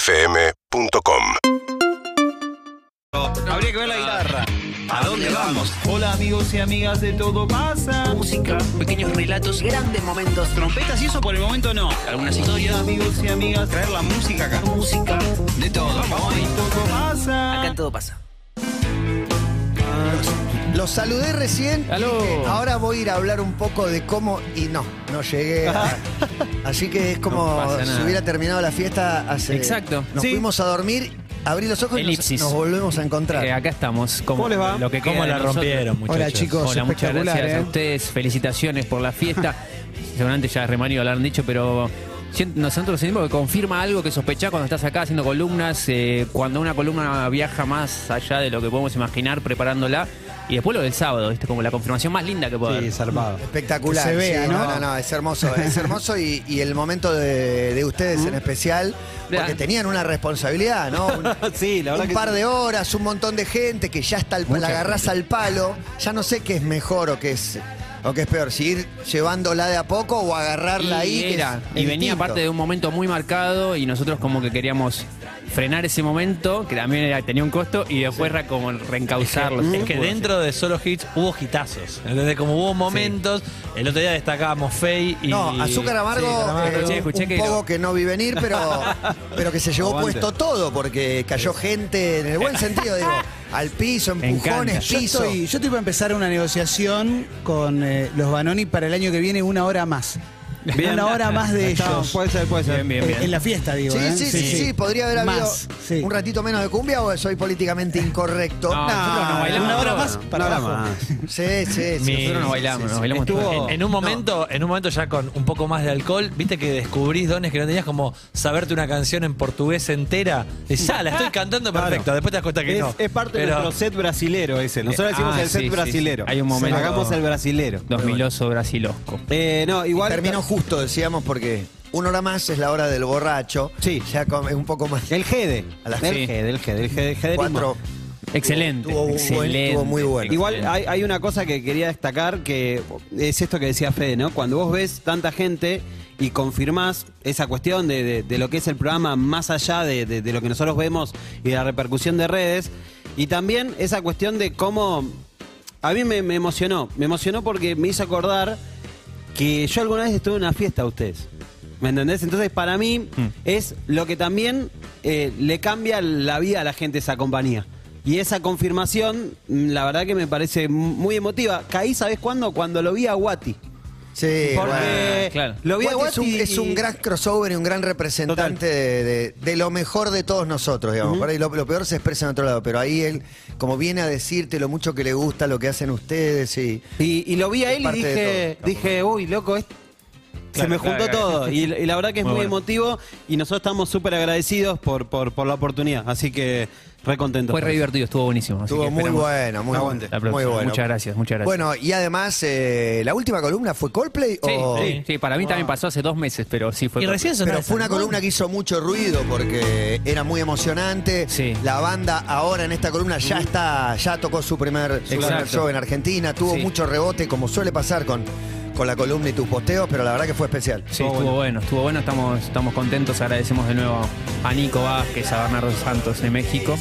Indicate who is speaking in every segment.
Speaker 1: UrbanaPlayFM.com
Speaker 2: Habría que ver la guitarra. ¿A dónde vamos?
Speaker 3: Hola amigos y amigas de Todo Pasa.
Speaker 2: Música, pequeños relatos, grandes momentos, trompetas y eso por el momento no. Algunas historias,
Speaker 3: Amigos y amigas,
Speaker 2: traer la música acá. Música, de todo. Vamos ahí.
Speaker 3: Todo Pasa.
Speaker 2: Acá en todo pasa.
Speaker 4: Los saludé recién. dije, ahora voy a ir a hablar un poco de cómo. Y no, no llegué. a- así que es como
Speaker 5: pasa nada.
Speaker 4: si hubiera terminado la fiesta hace.
Speaker 5: Exacto.
Speaker 4: Nos
Speaker 5: Sí.
Speaker 4: fuimos a dormir, abrí los ojos y
Speaker 5: Elipsis.
Speaker 4: nos- nos, volvemos a encontrar.
Speaker 5: Eh, acá estamos. Como
Speaker 3: ¿Cómo les va?
Speaker 5: Lo que
Speaker 6: ¿Cómo
Speaker 5: queda de
Speaker 6: la
Speaker 5: nosotros.
Speaker 6: rompieron, muchachos?
Speaker 7: Hola, chicos.
Speaker 5: Hola, muchas
Speaker 7: Espectacular,
Speaker 5: gracias a
Speaker 7: ¿eh?
Speaker 5: ustedes. Felicitaciones por la fiesta. Seguramente ya Remario lo han dicho, pero sien- nosotros sentimos que confirma algo que sospechás cuando estás acá haciendo columnas, eh, cuando una columna viaja más allá de lo que podemos imaginar preparándola. Y después lo del sábado, ¿viste? Como la confirmación más linda que puede haber.
Speaker 6: Sí, zarpado.
Speaker 4: Espectacular.
Speaker 7: Que se vea,
Speaker 4: sí,
Speaker 7: ¿no?
Speaker 4: no, no, es hermoso. Es hermoso y, y el momento de, de ustedes en especial, porque
Speaker 5: Bien.
Speaker 4: tenían una responsabilidad, ¿no? Un-
Speaker 6: Sí, la verdad
Speaker 4: un
Speaker 6: que
Speaker 4: par
Speaker 6: sí.
Speaker 4: de horas, un montón de gente que ya está al, la agarrás al palo. Ya no sé qué es mejor o qué es o qué es peor, si ir llevándola de a poco o agarrarla ahí. que
Speaker 5: era.
Speaker 4: es
Speaker 5: y venía
Speaker 4: distinto.
Speaker 5: aparte de un momento muy marcado y nosotros como que queríamos frenar ese momento, que también era- tenía un costo, y después re- como reencauzarlo.
Speaker 6: Es que dentro de solo hits hubo hitazos. Desde como hubo momentos, el otro día destacábamos Fey y.
Speaker 4: No, azúcar amargo,
Speaker 6: Sí, Azúcar Amargo.
Speaker 4: eh,
Speaker 5: Escuché, escuché
Speaker 4: un
Speaker 5: que
Speaker 4: poco
Speaker 5: no.
Speaker 4: que no vi venir, pero, pero que se llevó
Speaker 6: Aguante.
Speaker 4: puesto todo, porque cayó gente, en el buen sentido, digo, al piso,
Speaker 5: Me encanta.
Speaker 4: empujones,
Speaker 7: Yo
Speaker 4: piso.
Speaker 7: estoy, yo estoy para empezar una negociación con eh, los Banoni para el año que viene una hora más. Una hora más de
Speaker 3: Está,
Speaker 7: ellos.
Speaker 3: puede ser, puede ser.
Speaker 5: Bien, bien,
Speaker 7: Eh,
Speaker 5: bien.
Speaker 7: En la fiesta, digo.
Speaker 4: Sí,
Speaker 7: ¿eh?
Speaker 4: sí, sí, sí, podría haber habido
Speaker 7: Más, sí.
Speaker 4: un ratito menos de cumbia o soy políticamente incorrecto.
Speaker 5: No, nosotros no bailamos.
Speaker 7: una hora
Speaker 5: todo.
Speaker 7: más para
Speaker 3: Nada
Speaker 7: abajo.
Speaker 3: más.
Speaker 4: Sí, sí, sí.
Speaker 6: Mi-
Speaker 5: Nosotros no bailamos, nos bailamos
Speaker 6: Estuvo-
Speaker 5: todo el tiempo.
Speaker 6: en un momento, en un momento ya con un poco más de alcohol, viste que descubrís dones que no tenías como saberte una canción en portugués entera. Decís, ah, la estoy cantando perfecto. Después te das cuenta que
Speaker 3: Es,
Speaker 6: no.
Speaker 3: es parte de
Speaker 6: Pero-
Speaker 3: nuestro set brasilero ese. Nosotros
Speaker 5: Eh,
Speaker 3: decimos
Speaker 5: ah,
Speaker 3: el set
Speaker 5: sí, sí,
Speaker 3: brasilero.
Speaker 5: sí. Hay un momento-
Speaker 3: Hagamos el brasilero.
Speaker 5: 2000 oso brasilosco.
Speaker 3: Eh, no, igual.
Speaker 4: Terminó justo, decíamos, porque una hora más es la hora del borracho.
Speaker 3: Sí.
Speaker 4: Ya come un poco más.
Speaker 3: El Gede.
Speaker 4: A las
Speaker 3: el
Speaker 5: sí.
Speaker 3: Gede, el Gede, el Gede, el Gede
Speaker 4: Cuatro.
Speaker 3: Lima.
Speaker 5: Excelente.
Speaker 4: Tuvo un buen-
Speaker 5: excelente,
Speaker 4: tuvo muy bueno.
Speaker 3: Igual
Speaker 5: excelente.
Speaker 3: hay, hay una cosa que quería destacar que es esto que decía Fede, ¿no? Cuando vos ves tanta gente y confirmás esa cuestión de, de- de lo que es el programa más allá de, de- de lo que nosotros vemos y de la repercusión de redes, y también esa cuestión de cómo... A mí me, me emocionó, me emocionó porque me hizo acordar que yo alguna vez estuve en una fiesta a ustedes. ¿Me entendés? Entonces, para mí,
Speaker 5: Mm.
Speaker 3: es lo que también eh, le cambia la vida a la gente esa compañía. Y esa confirmación, mm, la verdad que me parece m- muy emotiva. Caí, ¿sabés cuándo? Cuando lo vi a Guati.
Speaker 4: Sí,
Speaker 3: Porque
Speaker 5: bueno, claro.
Speaker 3: lo vi a
Speaker 4: Guati es,
Speaker 3: Guati.
Speaker 4: un, es un
Speaker 3: y-
Speaker 4: gran crossover y un gran representante
Speaker 3: Total.
Speaker 4: de, de- de lo mejor de todos nosotros, digamos. Por ahí lo, lo peor se expresa en otro lado, pero ahí él, como viene a decirte lo mucho que le gusta, lo que hacen ustedes y.
Speaker 3: Y, y lo vi a
Speaker 4: Es
Speaker 3: él y
Speaker 4: parte de
Speaker 3: dije,
Speaker 4: todo,
Speaker 3: dije, uy, loco, es- se
Speaker 5: Claro,
Speaker 3: me
Speaker 5: claro,
Speaker 3: juntó
Speaker 5: claro.
Speaker 3: todo. Y, y la verdad que es muy,
Speaker 5: Muy bueno.
Speaker 3: emotivo y nosotros estamos súper agradecidos por, por, por la oportunidad. Así que re contentos.
Speaker 5: Fue
Speaker 3: por
Speaker 5: re
Speaker 3: eso.
Speaker 5: divertido, estuvo buenísimo. así
Speaker 4: Estuvo
Speaker 5: que
Speaker 4: muy
Speaker 5: esperamos
Speaker 4: bueno, muy,
Speaker 3: Aguante.
Speaker 5: la
Speaker 4: muy
Speaker 5: próxima.
Speaker 4: bueno.
Speaker 5: Muchas gracias, muchas gracias.
Speaker 4: Bueno, y además, eh, la última columna fue Coldplay
Speaker 5: sí,
Speaker 4: o.
Speaker 5: oh, sí, ah. sí, para mí también pasó hace dos meses, pero sí fue.
Speaker 6: y recién sonó
Speaker 4: Pero
Speaker 6: el
Speaker 4: fue una
Speaker 6: salmón.
Speaker 4: columna que hizo mucho ruido porque era muy emocionante.
Speaker 5: Sí.
Speaker 4: La banda ahora en esta columna ya está, ya tocó su primer, su
Speaker 5: Exacto.
Speaker 4: primer show en Argentina, tuvo
Speaker 5: Sí.
Speaker 4: mucho rebote, como suele pasar con, con la columna y tus posteos, pero la verdad que fue especial.
Speaker 5: Sí, estuvo bueno. estuvo bueno, estamos, estamos contentos, agradecemos de nuevo a Nico Vázquez, a Bernardo Santos de México.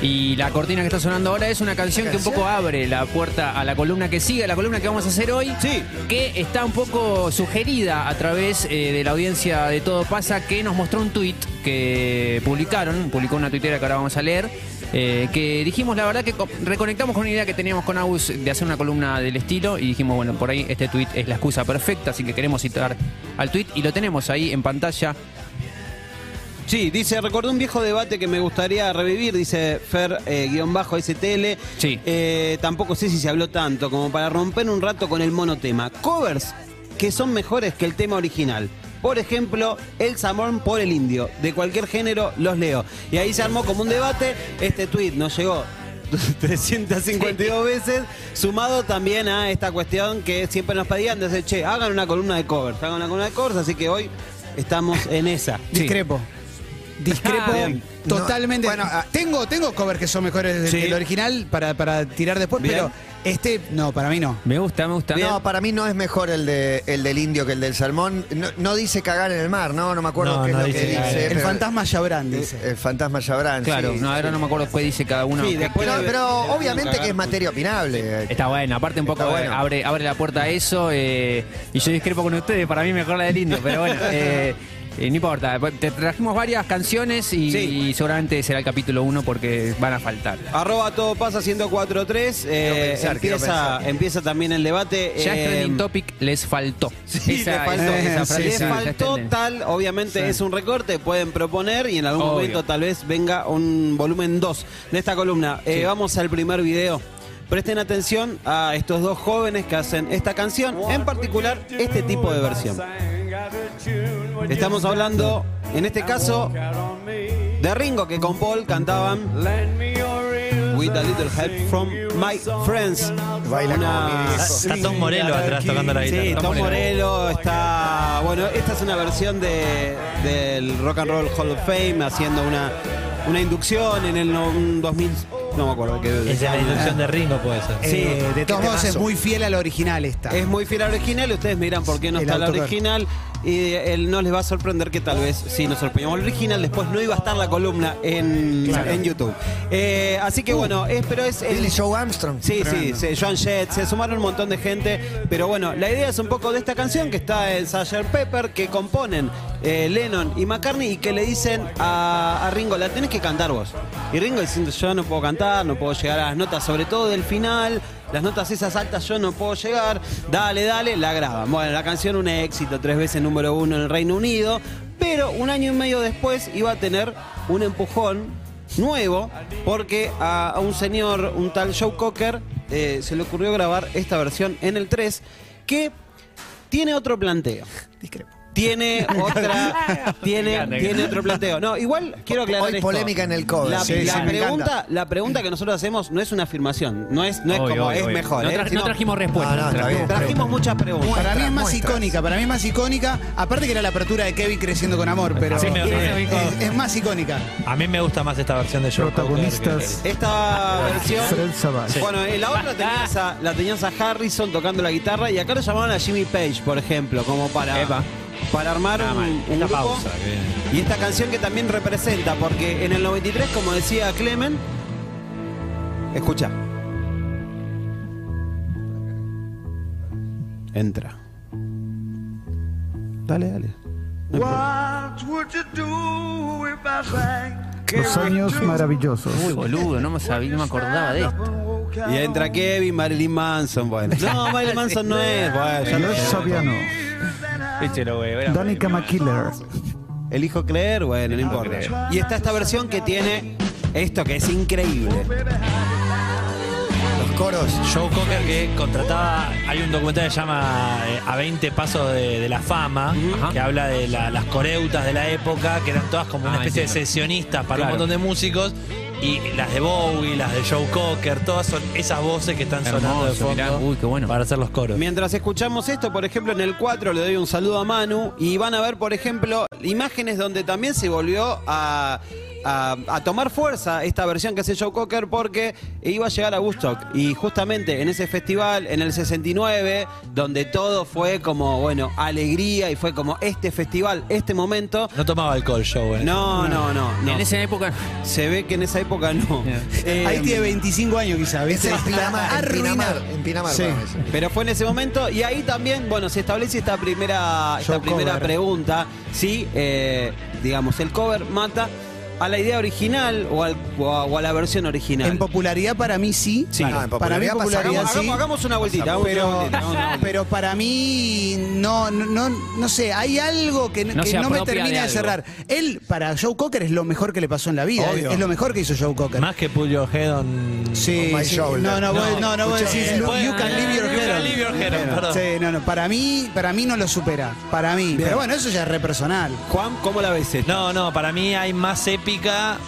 Speaker 5: Y la cortina que está sonando ahora es una canción que un poco abre la puerta a la columna que sigue, a la columna que vamos a hacer hoy,
Speaker 3: Sí.
Speaker 5: que está un poco sugerida a través eh, de la audiencia de Todo Pasa, que nos mostró un tuit que publicaron, publicó una tuitera que ahora vamos a leer, eh, que dijimos, la verdad que co- reconectamos con una idea que teníamos con Agus de hacer una columna del estilo y dijimos, bueno, por ahí este tuit es la excusa perfecta, así que queremos citar al tuit y lo tenemos ahí en pantalla.
Speaker 3: Sí, dice, recordé un viejo debate que me gustaría revivir, dice Fer, eh, guión bajo STL.
Speaker 5: Sí.
Speaker 3: Eh, tampoco sé si se habló tanto, como para romper un rato con el monotema. Covers que son mejores que el tema original. Por ejemplo, El Samón por el Indio. De cualquier género los leo. Y ahí se armó como un debate. Este tweet nos llegó 352 veces, sumado también a esta cuestión que siempre nos pedían desde, che, hagan una columna de covers, hagan una columna de covers, así que hoy estamos en esa.
Speaker 7: Discrepo. Discrepo
Speaker 3: Bien.
Speaker 7: totalmente.
Speaker 4: No, bueno, ah,
Speaker 7: tengo, tengo covers que son mejores del,
Speaker 3: Sí.
Speaker 7: del original para, para tirar después,
Speaker 3: Bien.
Speaker 7: pero Este, no, para mí no.
Speaker 5: Me gusta, me gusta.
Speaker 4: No, para mí no es mejor el, de, el del indio que el del salmón. No, no dice cagar en el mar, ¿no? No me acuerdo
Speaker 6: No,
Speaker 4: qué
Speaker 6: no
Speaker 4: es lo que
Speaker 6: dice cagar.
Speaker 4: dice.
Speaker 7: el
Speaker 4: pero- eh,
Speaker 7: fantasma Yabrán, dice.
Speaker 4: El fantasma Yabrán,
Speaker 5: claro,
Speaker 4: sí.
Speaker 5: no, ahora no me acuerdo qué dice cada uno.
Speaker 3: Sí, de-
Speaker 4: Pero, pero obviamente que es materia opinable.
Speaker 5: Está bueno, aparte un poco
Speaker 4: Está bueno.
Speaker 5: eh, abre, abre la puerta a eso. eh, y yo discrepo con ustedes, para mí mejor la del indio, pero bueno. eh, eh, no importa, te trajimos varias canciones y,
Speaker 3: Sí.
Speaker 5: y seguramente será el capítulo 1 porque van a faltar.
Speaker 3: Arroba todo pasa 1043. eh,
Speaker 4: pensar, quiero
Speaker 3: empieza,
Speaker 4: pensar.
Speaker 3: empieza también el debate.
Speaker 5: Ya es
Speaker 3: eh,
Speaker 5: trending topic, les faltó.
Speaker 3: Sí, le faltó,
Speaker 5: esa- esa
Speaker 7: Eh,
Speaker 5: frase
Speaker 3: le
Speaker 5: ya- ya es
Speaker 3: faltó
Speaker 5: trending.
Speaker 3: tal, obviamente es un recorte, pueden proponer y en algún
Speaker 5: Obvio.
Speaker 3: momento tal vez venga un volumen 2 de esta columna. Eh, Vamos al primer video. Presten atención a estos dos jóvenes que hacen esta canción, en particular este tipo de versión. Estamos hablando, en este caso, de Ringo, que con Paul cantaban With a Little Help from My Friends.
Speaker 4: Baila como
Speaker 3: Una-
Speaker 4: mi viejo.
Speaker 6: Está Tom Morello atrás tocando la guitarra.
Speaker 3: Sí, Tom Morello está. Bueno, esta es una versión de, del Rock and Roll Hall of Fame haciendo una, una inducción en el no- un 2000. No me acuerdo qué.
Speaker 6: Es la inducción de Ringo, puede ser.
Speaker 3: Sí,
Speaker 7: Eh, de todos modos es
Speaker 4: temazo.
Speaker 7: muy fiel al original esta.
Speaker 3: Es muy fiel al original, ustedes me dirán por qué no
Speaker 7: El
Speaker 3: está la
Speaker 7: autor.
Speaker 3: original. Y él no les va a sorprender que tal vez si nos sorprendíamos el original, después no iba a estar la columna en, en YouTube. Eh, así que bueno, es, pero es el
Speaker 4: Billy Joe Armstrong.
Speaker 3: Sí, sí, sí, Joan Jett, se sumaron un montón de gente, pero bueno, la idea es un poco de esta canción que está en Sgt. Pepper, que componen eh, Lennon y McCartney y que le dicen a, a Ringo, la tenés que cantar vos. Y Ringo diciendo, yo no puedo cantar, no puedo llegar a las notas, sobre todo del final, las notas esas altas yo no puedo llegar, dale, dale, la graban. Bueno, la canción un éxito, tres veces número uno en el Reino Unido, pero un año y medio después iba a tener un empujón nuevo porque a, a un señor, un tal Joe Cocker, eh, se le ocurrió grabar esta versión en el 3 que tiene otro planteo. Tiene otra. tiene, tiene otro planteo. No, igual quiero aclarar.
Speaker 4: Hoy
Speaker 3: esto.
Speaker 4: polémica en el cover.
Speaker 3: La,
Speaker 4: Sí,
Speaker 3: la
Speaker 4: sí, me
Speaker 3: pregunta,
Speaker 4: encanta.
Speaker 3: la pregunta que nosotros hacemos no es una afirmación. No es, no es
Speaker 5: Obvio,
Speaker 3: como
Speaker 5: obvio,
Speaker 3: es
Speaker 5: obvio.
Speaker 3: mejor.
Speaker 5: No,
Speaker 3: ¿eh?
Speaker 5: tra- no
Speaker 3: Sino-
Speaker 5: trajimos respuestas.
Speaker 4: Ah, No, no, está
Speaker 5: trajimos-
Speaker 4: bien.
Speaker 3: trajimos muchas preguntas.
Speaker 7: para mí es más
Speaker 4: muestras.
Speaker 7: icónica, para mí es más icónica. Aparte que era la apertura de Kevin creciendo con amor, pero
Speaker 6: Sí, me
Speaker 7: es,
Speaker 6: ubico.
Speaker 7: es más icónica.
Speaker 6: A mí me gusta más esta versión de Joe
Speaker 8: Protagonistas.
Speaker 3: Esta versión.
Speaker 8: Fred Savage.
Speaker 3: Bueno, en la otra tenías a, la tenías a Harrison tocando la guitarra y acá lo llamaban a Jimmy Page, por ejemplo, como para,
Speaker 5: Epa.
Speaker 3: para armar
Speaker 5: Nada
Speaker 3: un,
Speaker 5: mal.
Speaker 3: un
Speaker 5: Una
Speaker 3: grupo.
Speaker 5: pausa,
Speaker 3: Y esta canción que también representa, porque en el 93, como decía Clemen, escucha. Entra. Dale, dale.
Speaker 8: Los años maravillosos.
Speaker 5: Uy, boludo, no me, sabía, no me acordaba de esto.
Speaker 3: Y entra Kevin, Marilyn Manson, bueno. No, Marilyn Manson no es, bueno, ya lo
Speaker 8: Josh Saviano. Danica McKiller.
Speaker 3: Elijo creer, bueno, no importa. Y está esta versión que tiene esto que es increíble.
Speaker 4: Los coros.
Speaker 6: Joe Cocker que contrataba, hay un documental que se llama eh, A 20 Pasos de, de la Fama,
Speaker 5: Ajá.
Speaker 6: que habla de la- las coreutas de la época, que eran todas como una
Speaker 5: Ah,
Speaker 6: especie de
Speaker 5: entiendo.
Speaker 6: sesionistas para
Speaker 5: Claro.
Speaker 6: un montón de músicos, y las de Bowie, las de Joe Cocker, todas son esas voces que están sonando de
Speaker 5: Hermoso,
Speaker 6: fondo
Speaker 5: mirá, uy, qué bueno.
Speaker 6: para hacer los coros.
Speaker 3: Mientras escuchamos esto, por ejemplo, en el 4 le doy un saludo a Manu y van a ver, por ejemplo, imágenes donde también se volvió a, a- a tomar fuerza esta versión que hace Joe Cocker porque iba a llegar a Woodstock y justamente en ese festival, en el 69, donde todo fue como, bueno, alegría y fue como este festival, este momento.
Speaker 6: No tomaba alcohol Joe. ¿eh?
Speaker 3: No, no, no, no.
Speaker 5: En esa época,
Speaker 3: Se ve que en esa época no. Eh,
Speaker 7: Ahí tiene 25 años quizá,
Speaker 4: Es
Speaker 7: ¿viste?
Speaker 4: en
Speaker 7: Está
Speaker 4: este, Pinamar. En Pinamar,
Speaker 7: arruinado.
Speaker 4: en Pinamar,
Speaker 7: Sí.
Speaker 4: vamos.
Speaker 3: Pero fue en ese momento y ahí también, bueno, se establece esta primera, esta
Speaker 7: Joe
Speaker 3: primera
Speaker 7: Cover.
Speaker 3: pregunta, si, eh, digamos, el cover mata a la idea original o, al- o a, o a la versión original.
Speaker 7: En popularidad para mí sí.
Speaker 4: Sí. Ah, en
Speaker 7: para mí
Speaker 4: popularidad
Speaker 7: popularidad
Speaker 4: pasamos-
Speaker 3: hagamos,
Speaker 7: sí.
Speaker 3: hagamos una vueltita, hagamos una
Speaker 7: Pero,
Speaker 3: vueltita, hagamos una vueltita.
Speaker 7: pero para mí, no, no, no, no sé, hay algo que que
Speaker 5: No
Speaker 7: no,
Speaker 5: se
Speaker 7: me
Speaker 5: apropia de
Speaker 7: termina de,
Speaker 5: algo.
Speaker 7: cerrar. Él, para Joe Cocker, es lo mejor que le pasó en la vida.
Speaker 4: Obvio.
Speaker 7: Es, es lo mejor que hizo Joe Cocker.
Speaker 6: Más que Pull Your Head on...
Speaker 7: Sí,
Speaker 4: On my
Speaker 7: sí.
Speaker 4: shoulder.
Speaker 7: No, no, vos,
Speaker 6: No,
Speaker 7: no, no, vos
Speaker 4: escucha,
Speaker 7: decís,
Speaker 4: eh,
Speaker 7: "Look,
Speaker 6: bueno,
Speaker 7: you can leave your
Speaker 6: you
Speaker 7: head
Speaker 6: can
Speaker 7: on".
Speaker 6: leave your head on,
Speaker 7: Bueno,
Speaker 6: perdón.
Speaker 7: Sí, no, no, para mí, para mí no lo supera. Para mí. Pero bueno, eso ya es re personal.
Speaker 3: Juan, ¿cómo la ves? esta?
Speaker 6: No, no, para mí hay más épica.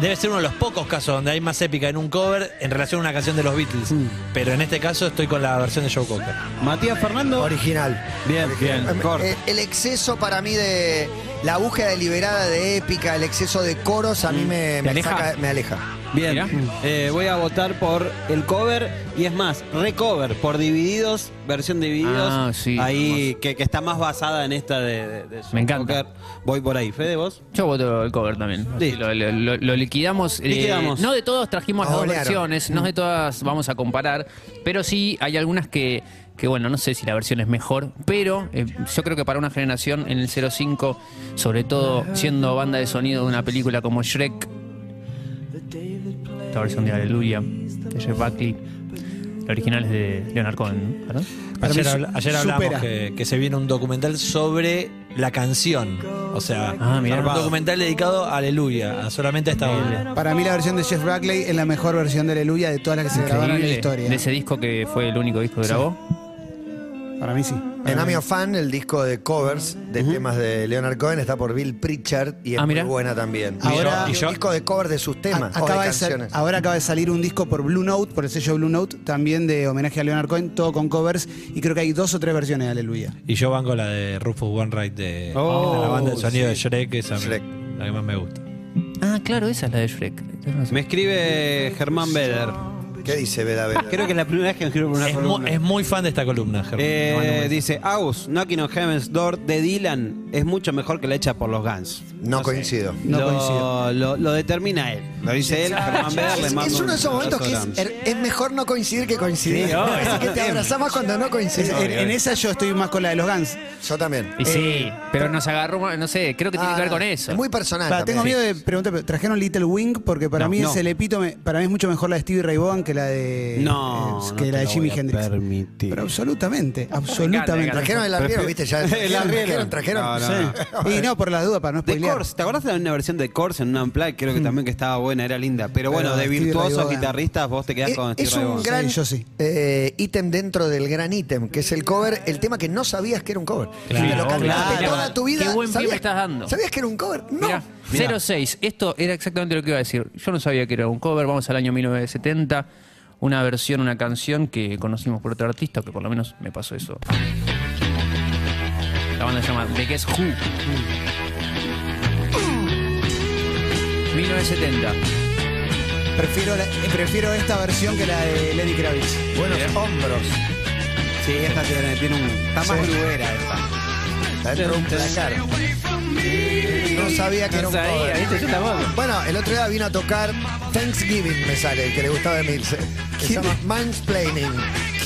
Speaker 6: Debe ser uno de los pocos casos donde hay más épica en un cover en relación a una canción de los Beatles. Pero en este caso estoy con la versión de Joe Cocker.
Speaker 3: Matías Fernando.
Speaker 4: Original.
Speaker 3: Bien, bien, corto.
Speaker 4: Eh, El exceso para mí de la búsqueda deliberada de épica, el exceso de coros a mí me,
Speaker 5: ¿Te
Speaker 4: me
Speaker 5: aleja?
Speaker 4: saca- me aleja.
Speaker 3: Bien,
Speaker 5: Mirá.
Speaker 3: Eh, voy a votar por el cover y es más, recover, por Divididos, versión Divididos,
Speaker 5: Ah, sí,
Speaker 3: ahí que, que está más basada en esta de, de, de
Speaker 5: Me encanta.
Speaker 3: Joker. Voy por ahí, Fede, vos.
Speaker 5: Yo voto el cover también. Así
Speaker 3: Listo.
Speaker 5: Lo, lo- lo- lo liquidamos. eh,
Speaker 3: Liquidamos.
Speaker 5: no de todos trajimos
Speaker 4: Nos
Speaker 5: las dos
Speaker 4: golearon.
Speaker 5: versiones, no de todas vamos a comparar, pero sí hay algunas que, que, bueno, no sé si la versión es mejor, pero eh, yo creo que para una generación en el 05, sobre todo siendo banda de sonido de una película como Shrek, esta versión de Aleluya, de Jeff Buckley, la original es de Leonard Cohen, ¿no? ¿verdad?
Speaker 7: Para mí
Speaker 6: Ayer,
Speaker 7: su-
Speaker 6: habl- ayer hablamos
Speaker 7: supera.
Speaker 6: que, que se viene un documental sobre la canción. O sea,
Speaker 5: Ah, mirá.
Speaker 6: un documental dedicado a Aleluya, a solamente a esta banda.
Speaker 7: Para mí la versión de Jeff Buckley es la mejor versión de Aleluya de todas las que se grabaron en la
Speaker 5: Increíble,
Speaker 7: historia.
Speaker 5: De ese disco que fue el único disco que grabó.
Speaker 7: Para mí sí.
Speaker 4: En I'm Your Fan, el disco de covers de temas de Leonard Cohen está por Bill Pritchard y es
Speaker 5: Ah, mirá.
Speaker 4: muy buena también.
Speaker 7: Ahora-
Speaker 4: Y un disco de covers de sus
Speaker 7: A-
Speaker 4: temas o
Speaker 7: Ah, acaba
Speaker 4: de
Speaker 7: de sal-
Speaker 4: canciones.
Speaker 7: ahora acaba de salir un disco por Blue Note, por el sello Blue Note, también de homenaje a Leonard Cohen, todo con covers, y creo que hay dos o tres versiones de Aleluya.
Speaker 6: Y yo banco la de Rufus Wainwright de, de la banda de sonido de Shrek, esa me-
Speaker 4: Shrek.
Speaker 6: la que más me gusta.
Speaker 5: Ah, claro, esa es la de Shrek.
Speaker 3: Me escribe Germán Beder.
Speaker 4: ¿Qué dice Veda Veda?
Speaker 3: Creo que es la primera vez que me escribe por una
Speaker 6: Es, mu-
Speaker 3: columna.
Speaker 6: es muy fan de esta columna, Germán.
Speaker 3: Eh,
Speaker 6: Te mando un beso.
Speaker 3: dice, Agus, Knocking on Heaven's Door de Dylan es mucho mejor que la hecha por los Guns.
Speaker 4: No coincido.
Speaker 7: No
Speaker 3: lo,
Speaker 7: coincido.
Speaker 3: Lo, lo determina él. Ah, Lo dice él, Germán Beder, le
Speaker 4: Es,
Speaker 3: mando
Speaker 4: es uno de esos
Speaker 3: un
Speaker 4: momentos que
Speaker 3: abrazo
Speaker 4: es, er es mejor no coincidir que coincidir.
Speaker 5: Sí, obvio.
Speaker 4: Así que te abrazamos cuando no
Speaker 7: Es-
Speaker 4: coincides.
Speaker 7: en, en esa yo estoy más con la de los Guns.
Speaker 4: Yo también.
Speaker 5: Y sí, pero nos agarró, no sé, creo que tiene que ver con
Speaker 4: Ah,
Speaker 5: eso.
Speaker 4: Es muy personal.
Speaker 7: Para, tengo
Speaker 4: también.
Speaker 7: miedo de preguntar, pero ¿trajeron Little Wing? Porque para
Speaker 5: No,
Speaker 7: mí
Speaker 5: no.
Speaker 7: es el epítome, para mí es mucho mejor la de Stevie Ray Vaughan que la de,
Speaker 3: No,
Speaker 7: eh,
Speaker 3: no
Speaker 7: que
Speaker 3: te
Speaker 7: la de
Speaker 3: lo
Speaker 7: Jimi
Speaker 3: voy a
Speaker 7: Hendrix.
Speaker 3: permitir.
Speaker 7: Pero absolutamente,
Speaker 5: Me
Speaker 7: absolutamente.
Speaker 5: encanta,
Speaker 4: Trajeron el arriero, viste, ya.
Speaker 3: El arriero.
Speaker 4: Trajeron, trajeron.
Speaker 3: No, no,
Speaker 7: Sí. Y no, por las dudas, para no
Speaker 3: De
Speaker 7: spoilear.
Speaker 3: Corse, ¿te acordás de una versión de Corse en un Unplugged? Creo
Speaker 4: Mm.
Speaker 3: que también que estaba buena, era linda. Pero bueno,
Speaker 7: Pero
Speaker 3: de
Speaker 7: Stevie Ray
Speaker 3: virtuosos
Speaker 7: Vaughan.
Speaker 3: guitarristas vos te quedás
Speaker 4: Eh,
Speaker 3: con Stevie
Speaker 4: es
Speaker 3: Ray
Speaker 4: un
Speaker 3: Vaughan.
Speaker 4: gran
Speaker 7: Sí, yo sí.
Speaker 4: eh, ítem dentro del gran ítem, que es el cover, el tema que no sabías que era un cover.
Speaker 6: Claro,
Speaker 4: Te lo cantaste
Speaker 5: claro.
Speaker 4: toda tu vida.
Speaker 5: Qué buen pie
Speaker 4: ¿sabías-
Speaker 5: me estás dando.
Speaker 4: ¿Sabías que era un cover? No.
Speaker 5: Mirá, 06, esto era exactamente lo que iba a decir. Yo no sabía que era un cover, vamos al año 1970, una versión, una canción que conocimos por otro artista, que por lo menos me pasó eso. La banda se llama The Guess Who. 1970.
Speaker 7: Prefiero, la- eh, prefiero esta versión que la de Lenny Kravitz.
Speaker 4: Buenos hombros.
Speaker 3: Sí, esta tiene, tiene un. Está más eh. gruera esta.
Speaker 4: Está dentro de un placar. No sabía que era un cover. Bueno, el otro día vino a tocar Thanksgiving, me sale, el que le gustaba de Mills. Que se llama Mansplaining.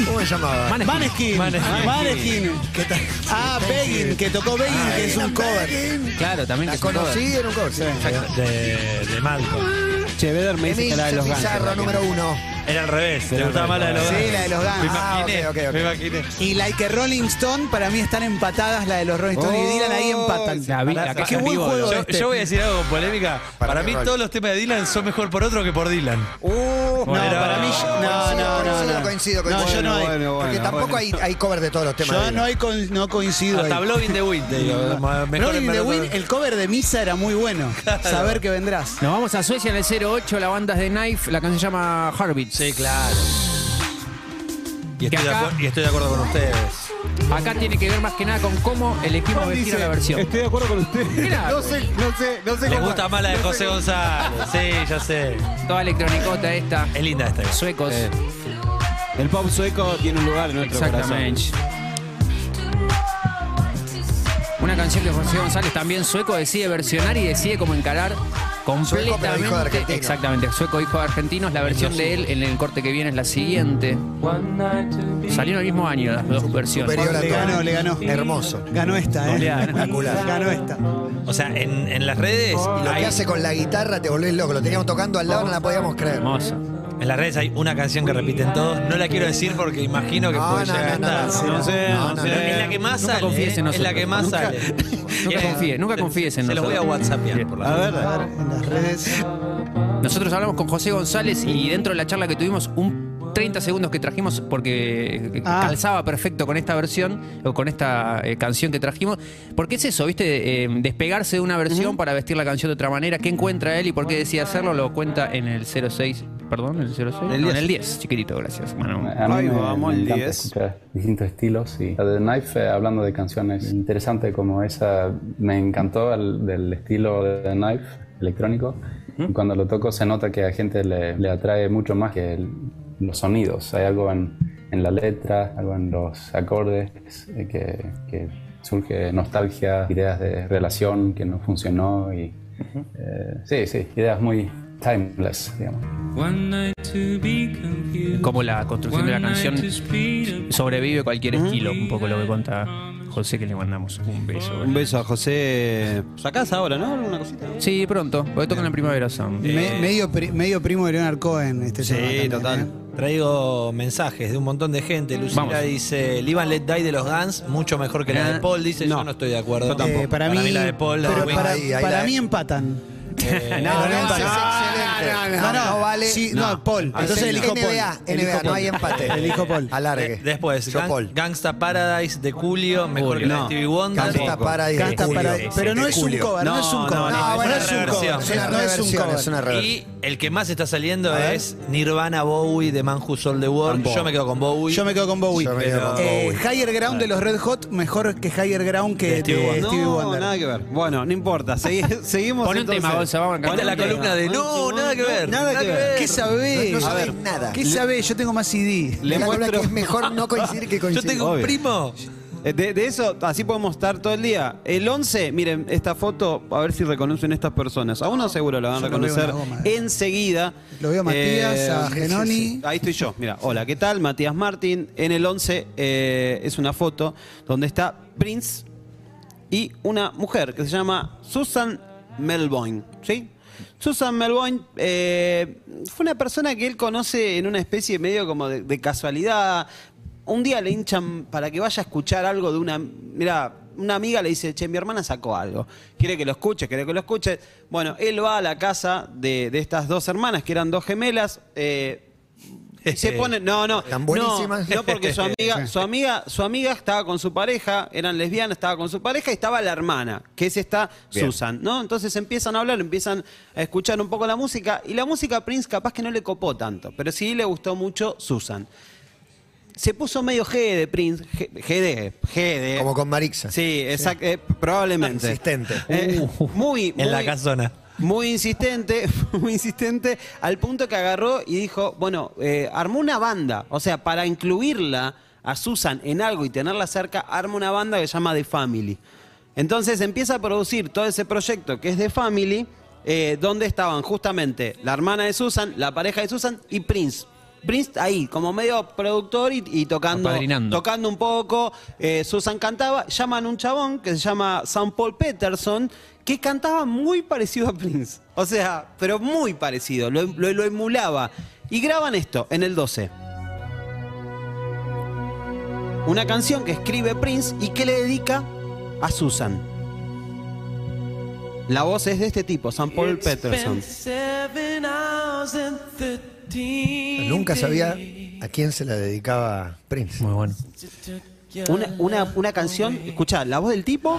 Speaker 4: ¿Cómo se llamaba?
Speaker 7: Maneskin.
Speaker 6: Maneskin.
Speaker 7: Maneskin. Que ta- Ah, Beggin, que tocó Beggin, que es un cover.
Speaker 5: Claro, también que
Speaker 4: La
Speaker 5: es un cover.
Speaker 4: conocí, era un cover. Exacto.
Speaker 6: de, de Malcolm.
Speaker 3: Che, Beder me dice que la de los Guns.
Speaker 4: Pizarro número uno.
Speaker 6: Era al revés, te gustaba más la de los
Speaker 7: Sí,
Speaker 6: Guns.
Speaker 7: la de los Guns.
Speaker 6: Me
Speaker 4: Ah,
Speaker 6: imaginé,
Speaker 4: ok, ok, ok.
Speaker 6: me imaginé.
Speaker 7: Y like a Rolling Stone, para mí están empatadas la de los Rolling Stones
Speaker 3: Oh.
Speaker 7: y Dylan ahí empatan.
Speaker 5: la vi- la
Speaker 7: Qué
Speaker 5: casa en
Speaker 7: buen
Speaker 5: vivo,
Speaker 7: juego
Speaker 5: lo-
Speaker 6: Yo,
Speaker 7: este.
Speaker 6: yo voy a decir algo con polémica. Para,
Speaker 4: Para que
Speaker 6: mí
Speaker 4: rol.
Speaker 6: todos los temas de Dylan son mejor por otro que por Dylan.
Speaker 7: Uh, no,
Speaker 6: Bueno,
Speaker 7: para mí.
Speaker 6: coincido,
Speaker 7: No, no, no,
Speaker 4: coincido,
Speaker 7: no.
Speaker 4: coincido,
Speaker 7: No,
Speaker 4: coincido.
Speaker 7: yo no.
Speaker 3: Bueno, bueno,
Speaker 4: Porque tampoco
Speaker 3: bueno.
Speaker 4: Hay, hay cover de todos los temas.
Speaker 7: Yo
Speaker 4: de
Speaker 7: no, hay con- no coincido.
Speaker 6: Hasta
Speaker 7: ahí.
Speaker 6: Blowing the Wind, te digo. ma- mejor
Speaker 7: Rolling
Speaker 6: en
Speaker 7: the
Speaker 6: verdad.
Speaker 7: Wind, el cover de Misa era muy bueno. Saber que vendrás.
Speaker 5: Nos vamos a Suecia en el 08, la banda es de Knife, la canción se llama Harbit.
Speaker 6: Sí, claro. Y
Speaker 5: Que
Speaker 6: estoy, de
Speaker 5: acá-
Speaker 6: acuer- y estoy de acuerdo con ustedes.
Speaker 5: Acá tiene que ver más que nada con cómo elegimos vestir a la versión.
Speaker 8: Estoy de acuerdo con usted.
Speaker 5: Mirá,
Speaker 8: no sé, no sé
Speaker 6: Les gusta más la de José González. Sí, ya sé.
Speaker 5: toda electronicota esta,
Speaker 6: Es linda esta.
Speaker 5: suecos.
Speaker 3: Eh, El pop sueco tiene un lugar en nuestro corazón.
Speaker 5: Exactamente. Una canción que José González, también sueco, decide versionar y decide cómo encarar
Speaker 4: pero hijo de
Speaker 5: completamente.
Speaker 4: argentino.
Speaker 5: exactamente, sueco hijo de argentinos. La versión de él en el corte que viene es la siguiente. Salieron el mismo año las dos versiones.
Speaker 4: Superior a
Speaker 7: Le
Speaker 4: todas.
Speaker 7: ganó, le ganó.
Speaker 4: Hermoso.
Speaker 7: Ganó esta, ¿eh?
Speaker 5: Goleada.
Speaker 7: Ganó esta.
Speaker 6: O sea, en, en las redes.
Speaker 4: Y lo
Speaker 6: hay-
Speaker 4: que hace con la guitarra te volvés loco. Lo teníamos tocando al lado, no la podíamos creer. No,
Speaker 5: Hermosa.
Speaker 6: En las redes hay una canción que repiten todos. No la quiero decir porque imagino que
Speaker 4: No,
Speaker 6: puede
Speaker 4: no,
Speaker 6: llegar a
Speaker 4: no,
Speaker 6: estar.
Speaker 4: no, no, no sé, no, no,
Speaker 6: Es la que más
Speaker 5: Nunca
Speaker 6: sale.
Speaker 5: confíes en
Speaker 6: ¿eh? es la
Speaker 5: nosotros.
Speaker 6: que más
Speaker 5: Nunca-
Speaker 6: sale.
Speaker 5: nunca
Speaker 6: Eh,
Speaker 5: confíes, nunca confíes en
Speaker 6: se los voy a
Speaker 5: nosotros.
Speaker 6: whatsappear
Speaker 5: Bien.
Speaker 6: por
Speaker 3: A
Speaker 6: la
Speaker 3: ver,
Speaker 7: A ver, en las redes.
Speaker 5: Nosotros hablamos con José González y dentro de la charla que tuvimos, un 30 segundos que trajimos porque eh,
Speaker 7: Ah.
Speaker 5: calzaba perfecto con esta versión o con esta eh, canción que trajimos. Porque es eso, ¿viste? Eh, despegarse de una versión para vestir la canción de otra manera. ¿Qué encuentra él y por qué decide hacerlo? Lo cuenta en el 06 perdón, el 06. No,
Speaker 3: El
Speaker 5: En
Speaker 3: 10.
Speaker 5: el 10, chiquitito, gracias. Bueno,
Speaker 9: A mí
Speaker 3: Ahí
Speaker 9: me,
Speaker 3: vamos,
Speaker 9: me
Speaker 3: el
Speaker 9: encanta
Speaker 3: 10.
Speaker 9: escuchar distintos estilos y la de Knife eh, hablando de canciones interesantes como esa me encantó el- del estilo de The Knife electrónico. Cuando lo toco se nota que a gente le, le atrae mucho más que el- los sonidos. Hay algo en, en la letra, algo en los acordes eh, que, que surge nostalgia, ideas de relación que no funcionó y eh, sí, sí, ideas muy timeless, digamos.
Speaker 5: como la construcción de la canción sobrevive cualquier estilo, un poco lo que cuenta José, que le mandamos un beso.
Speaker 3: Un beso a José. ¿Sacás ahora, no? ¿Alguna cosita?
Speaker 5: Sí, pronto, porque tocan en primavera son.
Speaker 7: Me- medio, pri- medio primo de Leonard Cohen, este tema también, ¿eh?
Speaker 6: Traigo mensajes de un montón de gente. Lucila
Speaker 5: Vamos. Eh,
Speaker 6: dice, Live and Let Die de los Guns, mucho mejor que la de Paul. Dice, yo no estoy de acuerdo.
Speaker 7: Eh, para, mí,
Speaker 6: la de Paul, la de
Speaker 7: pero
Speaker 6: Wings.
Speaker 7: para,
Speaker 4: Ahí, ahí
Speaker 7: para
Speaker 4: la-
Speaker 7: mí empatan.
Speaker 6: Eh,
Speaker 4: No, no,
Speaker 7: empate.
Speaker 4: es excelente.
Speaker 7: No, no,
Speaker 4: vale.
Speaker 7: sí, no, Paul. Entonces elijo Paul.
Speaker 4: NBA,
Speaker 7: Elijo
Speaker 4: NBA, no
Speaker 7: Paul.
Speaker 4: hay empate.
Speaker 7: Elijo Paul.
Speaker 4: Alargue.
Speaker 6: de- después,
Speaker 4: Yo
Speaker 6: Gang-
Speaker 4: Paul.
Speaker 6: Gangsta Paradise de Julio, mejor que la de
Speaker 3: No.
Speaker 6: Stevie Wonder.
Speaker 4: Canta para
Speaker 7: Canta para- pero no es un cover, no,
Speaker 3: No,
Speaker 7: es un
Speaker 3: no,
Speaker 7: cover.
Speaker 3: no,
Speaker 4: No,
Speaker 3: es
Speaker 4: bueno,
Speaker 6: una
Speaker 4: es un cover.
Speaker 6: reversión.
Speaker 4: Es
Speaker 7: No,
Speaker 4: una
Speaker 7: no es un
Speaker 4: reversión.
Speaker 7: cover.
Speaker 4: Es una reversión.
Speaker 6: Y el que más está saliendo
Speaker 4: A ver.
Speaker 6: es Nirvana Bowie de Man Who Sold the World. Yo me quedo con Bowie.
Speaker 7: Yo me quedo con Bowie.
Speaker 4: Yo me quedo con
Speaker 7: Eh,
Speaker 4: Bowie.
Speaker 7: Higher Ground de los Red Hot, mejor que Higher Ground que de Este, Stevie
Speaker 3: no,
Speaker 7: Wonder.
Speaker 3: nada que ver. Bueno, no importa. segui- seguimos
Speaker 5: Pon un
Speaker 3: entonces.
Speaker 5: tema, Gonza, vamos a cantar
Speaker 3: Ponte
Speaker 6: la
Speaker 5: un tema.
Speaker 6: columna de no, nada que ver.
Speaker 3: Nada que ver.
Speaker 7: ¿Qué sabés?
Speaker 4: No, no
Speaker 7: A
Speaker 4: sabés
Speaker 7: ver,
Speaker 4: nada.
Speaker 7: ¿Qué sabés? Yo tengo más CD.
Speaker 3: Le
Speaker 4: La verdad
Speaker 3: muestro-
Speaker 4: que es mejor no coincidir que
Speaker 6: Yo
Speaker 4: coincidir.
Speaker 6: tengo un
Speaker 3: Obvio.
Speaker 6: primo.
Speaker 3: Eh, De, de eso, así podemos estar todo el día. El 11, miren, esta foto, a ver si reconocen estas personas. A uno seguro la van a
Speaker 7: Yo no veo
Speaker 3: reconocer
Speaker 7: una goma, eh.
Speaker 3: enseguida. Eh,
Speaker 7: Lo veo a Matías, a Genoni.
Speaker 3: Ahí estoy yo, mira. Hola, ¿qué tal? Matías Martín. En el 11 eh, es una foto donde está Prince y una mujer que se llama Susan Melbourne, ¿sí? Susan Melbourne eh, fue una persona que él conoce en una especie medio como de, de casualidad. Un día le hinchan para que vaya a escuchar algo de una... Mira, una amiga le dice, che, mi hermana sacó algo. Quiere que lo escuche, quiere que lo escuche. Bueno, él va a la casa de, de estas dos hermanas, que eran dos gemelas. eh, y se pone, no, no,
Speaker 4: Tan buenísimas.
Speaker 3: no, no, porque su amiga, su amiga, su amiga estaba con su pareja, eran lesbianas, estaba con su pareja y estaba la hermana, que es esta Susan, ¿no? Entonces empiezan a hablar, empiezan a escuchar un poco la música y la música a Prince capaz que no le copó tanto, pero sí le gustó mucho Susan. Se puso medio G de Prince, G- GD, GD.
Speaker 4: Como con Marixa.
Speaker 3: Eh, Sí, exacto, probablemente.
Speaker 4: Insistente.
Speaker 3: Eh, muy,
Speaker 6: En la
Speaker 3: muy-
Speaker 6: casona.
Speaker 3: muy insistente, muy insistente, al punto que agarró y dijo, bueno, eh, armó una banda, o sea, para incluirla a Susan en algo y tenerla cerca, arma una banda que se llama The Family. Entonces empieza a producir todo ese proyecto que es The Family, eh, donde estaban justamente la hermana de Susan, la pareja de Susan y Prince. Prince ahí, como medio productor y, y tocando,
Speaker 5: Apadrinando.
Speaker 3: tocando tocando un poco, eh, Susan cantaba, llaman un chabón que se llama Sam Paul Peterson, que cantaba muy parecido a Prince. O sea, pero muy parecido, lo, lo- lo emulaba. Y graban esto en el 12. Una canción que escribe Prince y que le dedica a Susan. La voz es de este tipo, Sam Paul Peterson.
Speaker 4: Nunca sabía a quién se la dedicaba Prince.
Speaker 5: Muy bueno.
Speaker 3: Una, una- una canción, escuchá, la voz del tipo,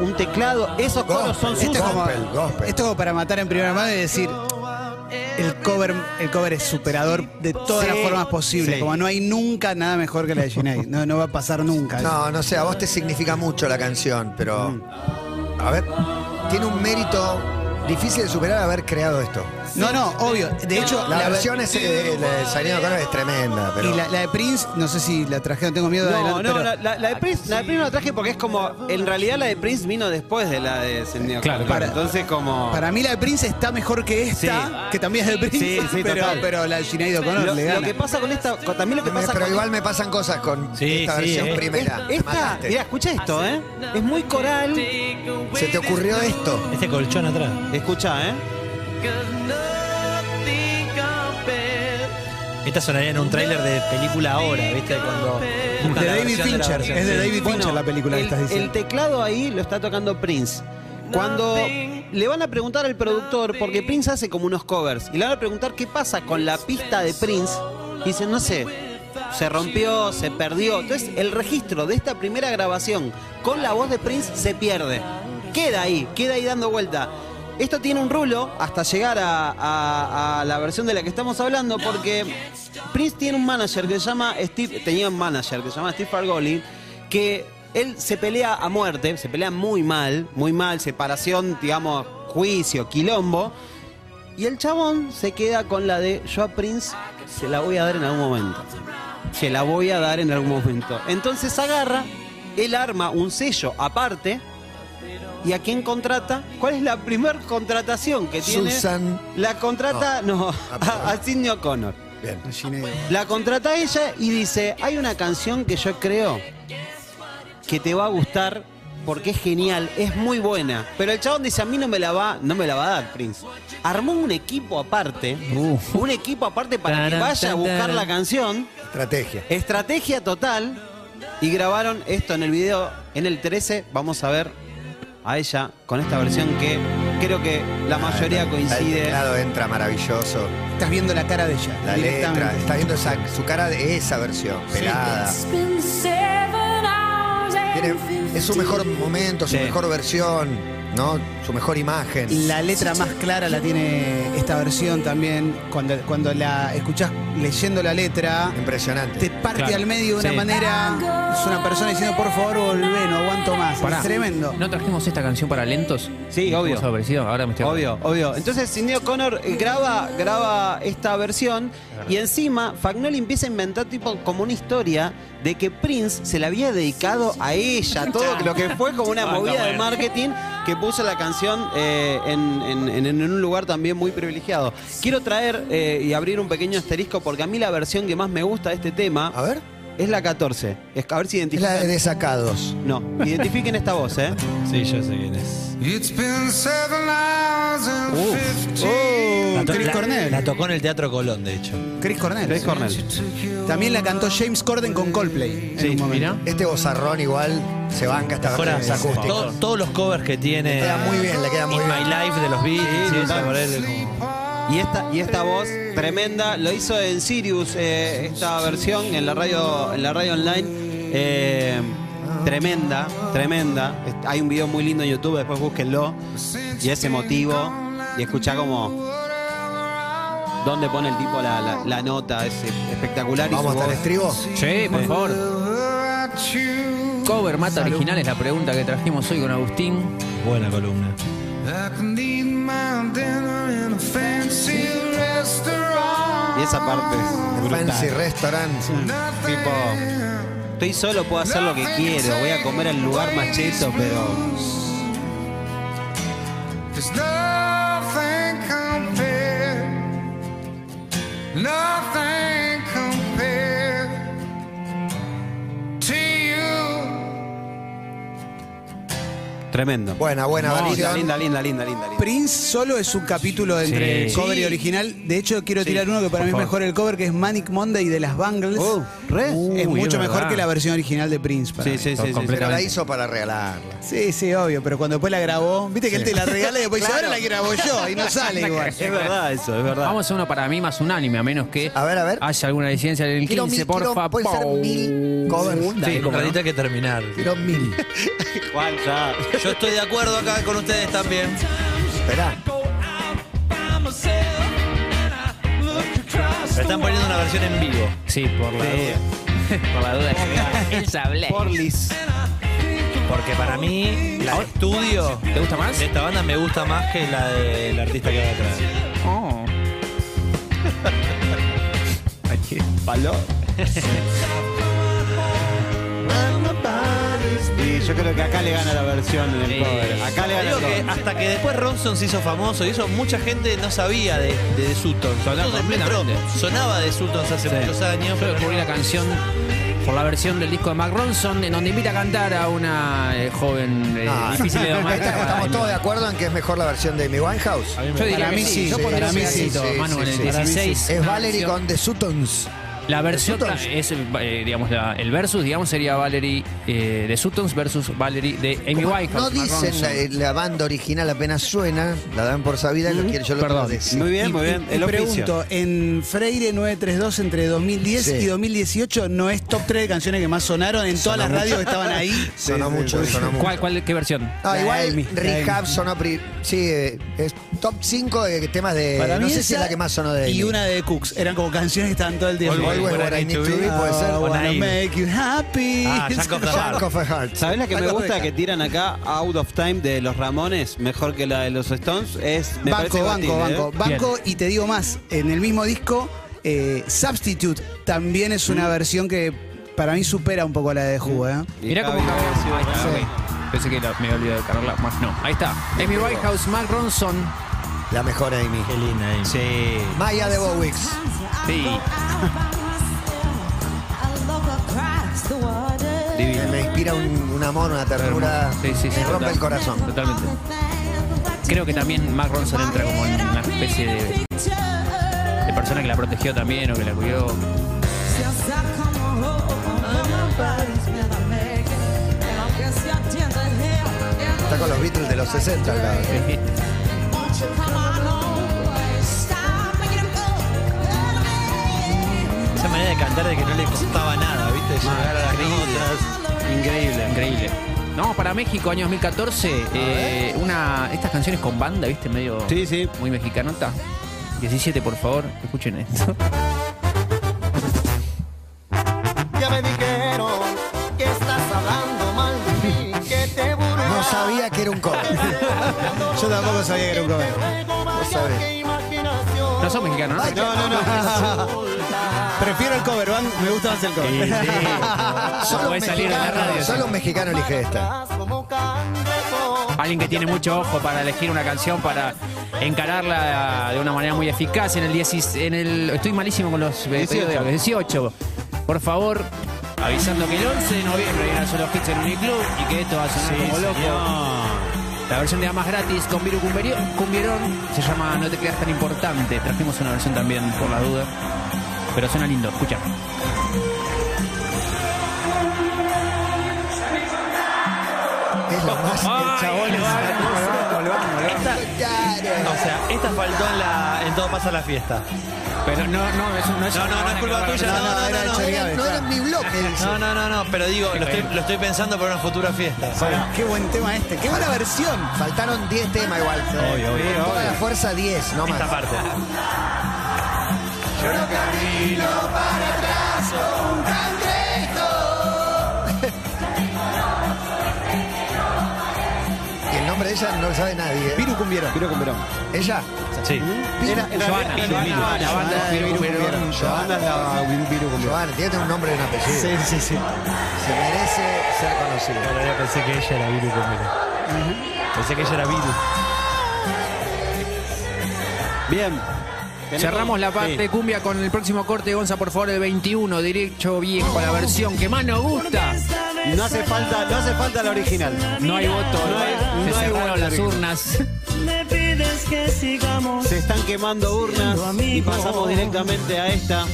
Speaker 3: un teclado, esos coros son Susan.
Speaker 4: Gospel, este
Speaker 7: Esto es como-
Speaker 4: Gospel, gospel.
Speaker 7: Esto es como para matar en primera mano y decir. El cover, el cover es superador de todas
Speaker 3: Sí,
Speaker 7: las formas posibles.
Speaker 3: sí.
Speaker 7: Como no hay nunca nada mejor que la de Sinead. No, no va a pasar nunca.
Speaker 4: No, no sé, a vos te significa mucho la canción, pero.
Speaker 7: Mm.
Speaker 4: A ver, tiene un mérito difícil de superar haber creado esto.
Speaker 7: No, no, obvio. De hecho,
Speaker 4: La,
Speaker 7: ver-
Speaker 4: versión es, eh, la de Sarino Connor es tremenda, pero.
Speaker 7: Y la, la de Prince, no sé si la trajeron, tengo miedo de
Speaker 3: No,
Speaker 7: adelantar,
Speaker 3: no,
Speaker 7: pero-
Speaker 3: la, la- la de Prince, la de Prince no la traje porque es como. En realidad la de Prince vino después de la de Sendido.
Speaker 5: Claro,
Speaker 7: claro.
Speaker 3: Entonces, como.
Speaker 7: Para mí la de Prince está mejor que esta,
Speaker 3: Sí.
Speaker 7: que también es de Prince,
Speaker 3: Sí, sí,
Speaker 7: pero,
Speaker 3: total.
Speaker 7: pero la de Sinead
Speaker 3: lo,
Speaker 7: O'Connor le
Speaker 3: lo
Speaker 7: gana.
Speaker 3: que pasa con esta. con- también lo que pasa
Speaker 4: pero
Speaker 3: con.
Speaker 4: igual me pasan cosas con
Speaker 6: Sí,
Speaker 4: esta
Speaker 6: sí,
Speaker 4: versión
Speaker 6: eh.
Speaker 4: primera. me
Speaker 3: esta,
Speaker 4: mataste.
Speaker 3: mira, escucha esto, ¿eh? Es muy coral.
Speaker 4: ¿Se te ocurrió esto?
Speaker 6: Este colchón atrás.
Speaker 3: Escucha, ¿eh?
Speaker 6: Esta sonaría en un tráiler de película ahora, ¿viste? Cuando buscan
Speaker 7: De
Speaker 6: la
Speaker 7: David
Speaker 6: versión la
Speaker 7: Fincher,
Speaker 6: versión.
Speaker 7: es de David
Speaker 3: Bueno,
Speaker 7: Fincher la película
Speaker 3: el,
Speaker 7: que estás
Speaker 3: el
Speaker 7: diciendo.
Speaker 3: teclado ahí lo está tocando Prince. Cuando le van a preguntar al productor, porque Prince hace como unos covers, y le van a preguntar qué pasa con la pista de Prince, y dicen, no sé, se rompió, se perdió. Entonces el registro de esta primera grabación con la voz de Prince se pierde. Queda ahí, queda ahí dando vuelta. Esto tiene un rulo hasta llegar a, a- a la versión de la que estamos hablando porque Prince tiene un manager que se llama Steve, tenía un manager que se llama Steve Fargoli, que él se pelea a muerte, se pelea muy mal, muy mal, separación, digamos, juicio, quilombo. Y el chabón se queda con la de yo a Prince se la voy a dar en algún momento. Se la voy a dar en algún momento. Entonces agarra, él arma un sello aparte. ¿Y a quién contrata? ¿Cuál es la primer contratación que tiene?
Speaker 4: Susan.
Speaker 3: La contrata, no,
Speaker 4: Ah, perdón.
Speaker 3: a, a Sidney O'Connor.
Speaker 4: Bien.
Speaker 3: La contrata ella y dice, hay una canción que yo creo que te va a gustar porque es genial, es muy buena. Pero el chabón dice, a mí no me la va, no me la va a dar, Prince. Armó un equipo aparte, un equipo aparte para que
Speaker 5: Tarán,
Speaker 3: vaya a
Speaker 5: tan,
Speaker 3: buscar
Speaker 5: tarán.
Speaker 3: la canción.
Speaker 4: Estrategia.
Speaker 3: Estrategia total. Y grabaron esto en el video en el 13. Vamos a ver a ella con esta versión que creo que la mayoría
Speaker 4: El
Speaker 3: coincide.
Speaker 4: teclado entra maravilloso.
Speaker 7: Estás viendo la cara de ella.
Speaker 4: La
Speaker 7: directamente.
Speaker 4: letra. Está viendo esa- su cara de esa versión. Pelada. Tiene- es su mejor momento, su
Speaker 3: Sí.
Speaker 4: mejor versión, ¿no? Su mejor imagen.
Speaker 7: La letra más clara la tiene esta versión también. Cuando, cuando la escuchás leyendo la letra,
Speaker 4: Impresionante.
Speaker 7: te parte
Speaker 5: Claro,
Speaker 7: al medio de una
Speaker 5: sí.
Speaker 7: manera. Es una persona diciendo, por favor, volvé, no aguanto más.
Speaker 5: Pará.
Speaker 7: Es tremendo.
Speaker 5: ¿No trajimos esta canción para lentos?
Speaker 3: Sí, obvio.
Speaker 5: ¿Cómo se ha parecido? Ahora me estoy
Speaker 3: Obvio, obvio. Entonces Cindy O'Connor eh, graba, graba esta versión y encima Fagnoli empieza a inventar tipo como una historia de que Prince se la había dedicado a ella, todo lo que fue como una movida de marketing que puso la canción eh, en, en- en- en un lugar también muy privilegiado. Quiero traer eh, y abrir un pequeño asterisco porque a mí la versión que más me gusta de este tema
Speaker 4: A ver.
Speaker 3: es la 14. Es, a ver si
Speaker 4: Es la
Speaker 3: identifican.
Speaker 4: de sacados.
Speaker 3: No, identifiquen esta voz, ¿eh?
Speaker 6: Sí, yo sé quién es.
Speaker 7: Oh,
Speaker 6: to-
Speaker 7: Chris Cornell.
Speaker 6: la tocó en el Teatro Colón, de hecho.
Speaker 7: Chris Cornell.
Speaker 3: Chris Cornell.
Speaker 7: También la cantó James Corden con Coldplay. en un momento.
Speaker 5: mirá.
Speaker 4: Este bozarrón igual se banca esta
Speaker 6: Fuera,
Speaker 4: versión es acústica.
Speaker 6: to- todos los covers que tiene.
Speaker 4: Le queda muy bien, le queda muy
Speaker 6: In
Speaker 4: bien.
Speaker 6: My Life de los Beatles.
Speaker 3: Sí,
Speaker 6: y esa,
Speaker 3: total.
Speaker 6: por él, como-
Speaker 3: Y esta, y esta voz tremenda lo hizo en Sirius, eh, esta versión en la radio, en la radio online. eh, tremenda, tremenda. Est- Hay un video muy lindo en YouTube, después búsquenlo. Y ese motivo. Y escuchá como. ¿Dónde pone el tipo la, la- la nota? Es espectacular. y su
Speaker 4: Vamos hasta el
Speaker 3: voz-
Speaker 4: estribo.
Speaker 5: Sí, por favor. Cover mata original es la pregunta que trajimos hoy con Agustín.
Speaker 6: Buena columna.
Speaker 3: Y esa parte es
Speaker 4: El
Speaker 3: brutal.
Speaker 4: Fancy Restaurant.
Speaker 3: Tipo, estoy solo, puedo hacer lo que quiero. Voy a comer al lugar más cheto, pero. Tremendo.
Speaker 4: Buena, buena
Speaker 3: No, linda,
Speaker 4: versión.
Speaker 3: linda, linda, linda, linda, linda.
Speaker 7: Prince solo es un capítulo entre
Speaker 5: Sí.
Speaker 7: cover y original. De hecho, quiero tirar uno que para mí es mejor el cover, que es Manic Monday de las Bangles.
Speaker 3: Oh, re.
Speaker 7: es
Speaker 5: Uy,
Speaker 7: mucho
Speaker 5: es
Speaker 7: mejor
Speaker 5: verdad.
Speaker 7: que la versión original de Prince. para
Speaker 3: Sí,
Speaker 7: mí.
Speaker 3: sí, sí, sí, sí.
Speaker 4: Pero la hizo para regalarla.
Speaker 7: Sí, sí, obvio, pero cuando después la grabó, viste que él te la regala y después dice, ahora la grabo yo, y no sale igual.
Speaker 3: Es verdad eso, es verdad.
Speaker 5: Vamos a uno para mí más unánime, a menos que
Speaker 4: A ver, a
Speaker 7: Ah.
Speaker 4: ver.
Speaker 5: haya alguna disidencia en el
Speaker 4: Quiero
Speaker 5: 15,
Speaker 4: mil,
Speaker 5: por
Speaker 4: quiero-
Speaker 5: favor.
Speaker 4: pueden ser mil covers.
Speaker 6: Sí,
Speaker 5: Dale,
Speaker 6: un
Speaker 5: cómo no.
Speaker 6: ratito hay que terminar.
Speaker 4: Tiró mil.
Speaker 3: Juan, ya.
Speaker 6: Yo estoy de acuerdo acá con ustedes también.
Speaker 4: Esperá.
Speaker 6: Pero están poniendo una versión en vivo.
Speaker 5: Sí, por la duda. por la duda que me Elsa Blake.
Speaker 3: Porlis.
Speaker 6: Porque para mí, la de estudio
Speaker 5: ¿Te gusta más?
Speaker 6: de esta banda me gusta más que la del artista que va atrás.
Speaker 5: Oh.
Speaker 3: Paló. Sí, yo creo que acá le gana la versión en el
Speaker 5: Sí.
Speaker 3: cover. Acá le
Speaker 6: Te
Speaker 3: gana
Speaker 6: digo
Speaker 3: el
Speaker 6: que
Speaker 3: cover.
Speaker 6: hasta que después Ronson se hizo famoso y eso mucha gente no sabía de, de, Sutton. Entonces, Metro
Speaker 5: completamente.
Speaker 6: sonaba de Sutton hace muchos años.
Speaker 5: Yo
Speaker 6: pero
Speaker 5: descubrí la canción por la versión del disco de Mark Ronson, en donde invita a cantar a una eh, joven eh,
Speaker 4: Ah.
Speaker 5: difícil de domar.
Speaker 4: Esta- Estamos todos de acuerdo en que es mejor la versión de Amy Winehouse.
Speaker 5: Yo diría
Speaker 7: Para
Speaker 5: que
Speaker 7: mí sí,
Speaker 5: Yo
Speaker 7: sí,
Speaker 5: pondría
Speaker 7: para
Speaker 5: un
Speaker 7: mí sí,
Speaker 5: éxito,
Speaker 4: sí,
Speaker 5: Manu,
Speaker 4: sí,
Speaker 5: en el
Speaker 4: sí.
Speaker 5: 16.
Speaker 4: Es Valerie con The Sutons.
Speaker 5: La versión,
Speaker 4: Sutons?
Speaker 5: cla- es, eh, digamos, la- el versus, digamos, sería Valerie eh, de Sutons versus Valerie de Amy
Speaker 4: Como
Speaker 5: Winehouse.
Speaker 4: No dicen la, la banda original apenas suena, la dan por sabida y lo quiero yo lo
Speaker 3: Perdón.
Speaker 4: quiero decir.
Speaker 3: Muy bien,
Speaker 7: Y-
Speaker 3: muy
Speaker 7: y-
Speaker 3: bien.
Speaker 7: y
Speaker 3: El oficio.
Speaker 7: pregunto, en Freire 932 entre 2010
Speaker 4: Sí.
Speaker 7: y 2018 no es top 3 de canciones que más sonaron en todas las radios que estaban ahí.
Speaker 4: Sonó mucho, sonó mucho.
Speaker 5: ¿Cuál, cuál, ¿Qué versión?
Speaker 4: No,
Speaker 7: La Amy,
Speaker 4: igual
Speaker 7: la
Speaker 4: Rehab
Speaker 7: Amy.
Speaker 4: sonó pri- sí, eh, es top 5 de temas de
Speaker 7: Eh,
Speaker 4: no sé si es
Speaker 7: esa
Speaker 4: la que más sonó de
Speaker 7: Y
Speaker 4: Amy.
Speaker 7: una de Cooks. Eran como canciones que estaban todo el día.
Speaker 6: All
Speaker 4: Always
Speaker 6: Boy,
Speaker 4: What
Speaker 6: What
Speaker 4: I Need To Be,
Speaker 10: Ah,
Speaker 4: puede
Speaker 6: Ah,
Speaker 4: ser.
Speaker 7: I wanna
Speaker 6: Anaí.
Speaker 7: make you happy.
Speaker 6: Ah, Jack of the
Speaker 4: Jack of a Heart.
Speaker 3: ¿Sabés la que me
Speaker 4: Algo
Speaker 3: gusta
Speaker 4: Reja.
Speaker 3: que tiran acá, Out of Time, de los Ramones, mejor que la de los Stones? Es, me
Speaker 7: banco,
Speaker 3: parece
Speaker 7: banco,
Speaker 3: Guatini, ¿eh?
Speaker 7: banco, banco. Y te digo más, en el mismo disco, eh, Substitute también es
Speaker 10: Mm.
Speaker 7: una versión que para mí supera un poco a la de Who, ¿eh?
Speaker 3: Y
Speaker 5: Mirá cómo
Speaker 3: Javi
Speaker 5: cambió.
Speaker 3: García,
Speaker 5: Ahí está,
Speaker 3: ¿no?
Speaker 5: ok. Pensé que la- me había olvidado de cargarla más. No, ahí está. Amy Winehouse, Mark Ronson.
Speaker 4: La mejor Amy.
Speaker 3: Sí.
Speaker 4: Maya de Bowix.
Speaker 5: Sí.
Speaker 4: Me, me inspira un, un amor, una ternura.
Speaker 5: Sí, sí, sí,
Speaker 4: me rompe
Speaker 5: total.
Speaker 4: el corazón.
Speaker 5: Totalmente. Creo que también Mark Ronson entra como en una especie de, de persona que la protegió también o que la cuidó.
Speaker 4: Está con los Beatles de los 60. claro.
Speaker 11: 'em
Speaker 6: Esa manera de cantar de que no le costaba nada, ¿viste? Llegar a las notas.
Speaker 5: Increíble. Increíble. No, para México, año 2014, eh, una, estas canciones con banda, ¿viste? Medio
Speaker 3: Sí, sí.
Speaker 5: muy mexicanota. 17, por favor, escuchen esto.
Speaker 4: No sabía que era un cover.
Speaker 7: Yo tampoco sabía que era un cover.
Speaker 4: No sabía.
Speaker 5: No son mexicanos, ¿no?
Speaker 4: Ay,
Speaker 7: No, no, no. Prefiero el cover, van- me gusta más el cover.
Speaker 5: Sí, sí.
Speaker 4: Solo un,
Speaker 5: Ah, Puede salir de la
Speaker 4: mexicano,
Speaker 5: radio.
Speaker 4: solo un mexicano elige esta.
Speaker 5: Alguien que tiene mucho ojo para elegir una canción, para encararla de una manera muy eficaz. En el 10, en el, estoy malísimo con los eh,
Speaker 3: 18.
Speaker 5: periodos, 18. Por favor, avisando que el 11 de noviembre vienen a solo hits en Uniclub y que esto va a sonar como loco. La versión de Amas Gratis con Viru Cumberio- Cumbierón se llama No te creas tan importante. Trajimos una versión también, por la duda. Pero suena lindo, escucha.
Speaker 4: Es lo más. El chabón es.
Speaker 6: O sea, esta faltó en, la, en todo pasa la fiesta.
Speaker 5: Pero no, no, eso no es
Speaker 6: No, no, no es culpa tuya, no, no, no, no.
Speaker 4: Era- No era en mi bloque, dice.
Speaker 6: No, no, no, no, pero digo, lo estoy, lo estoy pensando para una futura fiesta.
Speaker 7: Pará, Qué buen tema este, qué buena versión.
Speaker 4: Faltaron 10 temas igual. Obvio, obvio. Toda la fuerza 10, no
Speaker 6: Esta
Speaker 4: más.
Speaker 6: parte.
Speaker 4: Y el nombre de ella no lo sabe nadie. ¿eh?
Speaker 7: Viru Cumbierón.
Speaker 3: Quiero comprar un.
Speaker 4: ¿Ella?
Speaker 6: Sí.
Speaker 4: Era, era
Speaker 5: Joana,
Speaker 4: Viru
Speaker 5: Joana,
Speaker 4: Cumbierón.
Speaker 5: la banda
Speaker 4: Joana
Speaker 5: de Viru
Speaker 4: Cumbierón. Joana es la Viru Cumbierón. Joana, tiene que tener un nombre y un apellido.
Speaker 7: Sí, sí, sí.
Speaker 4: Se merece ser conocida.
Speaker 6: Ahora ya pensé que ella era Viru conmigo. Pensé que ella era Viru.
Speaker 3: Bien. Tenemos-
Speaker 5: Cerramos la parte
Speaker 3: Sí.
Speaker 5: cumbia con el próximo corte, Gonza, por favor, el 21, derecho viejo, la versión que más nos gusta.
Speaker 3: No hace falta, no hace falta la original.
Speaker 5: No hay voto,
Speaker 3: No hay- no hay
Speaker 5: se cerraron
Speaker 3: voto,
Speaker 5: las
Speaker 3: Ricky.
Speaker 5: urnas.
Speaker 3: Se están quemando urnas y pasamos directamente a esta.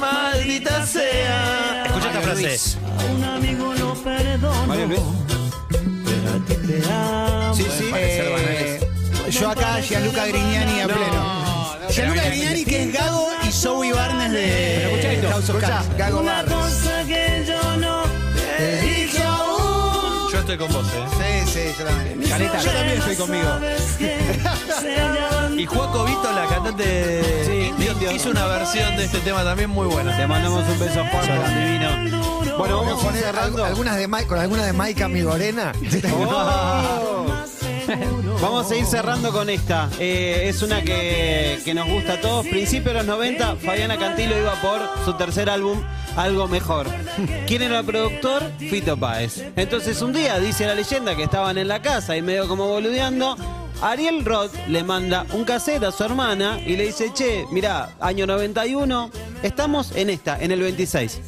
Speaker 6: Maldita sea. Escucha esta
Speaker 5: Mario
Speaker 6: frase.
Speaker 5: Luis.
Speaker 3: Mario Luis. Sí, sí.
Speaker 5: Parecer banales.
Speaker 7: Yo acá, Gianluca Grignani a pleno. Gianluca Grignani que es Gago y Zoe Barnes de House of
Speaker 4: Escucha,
Speaker 7: Cards.
Speaker 4: Gago Barros.
Speaker 6: Yo estoy con vos, eh.
Speaker 4: Sí, sí, yo también.
Speaker 5: Caleta.
Speaker 7: Yo también estoy conmigo.
Speaker 6: Y Juaco Vito, la cantante de
Speaker 3: Sí,
Speaker 6: Indios,
Speaker 3: Indios.
Speaker 6: hizo una versión de este tema también muy buena.
Speaker 3: Te mandamos un beso, Juan, divino. Bueno,
Speaker 4: Voy a
Speaker 3: vamos a ir
Speaker 4: poner algo-
Speaker 3: cerrando.
Speaker 4: algunas de Mike, con algunas de Maika Migorena.
Speaker 3: Oh. Vamos a ir cerrando con esta. Eh, es una que, que nos gusta a todos. Principio de los 90, Fabiana Cantilo iba por su tercer álbum, Algo Mejor. ¿Quién era el productor? Fito Páez. Entonces un día, dice la leyenda, que estaban en la casa y medio como boludeando. Ariel Roth le manda un cassette a su hermana y le dice, che, mirá, año 91, estamos en esta, en el 26.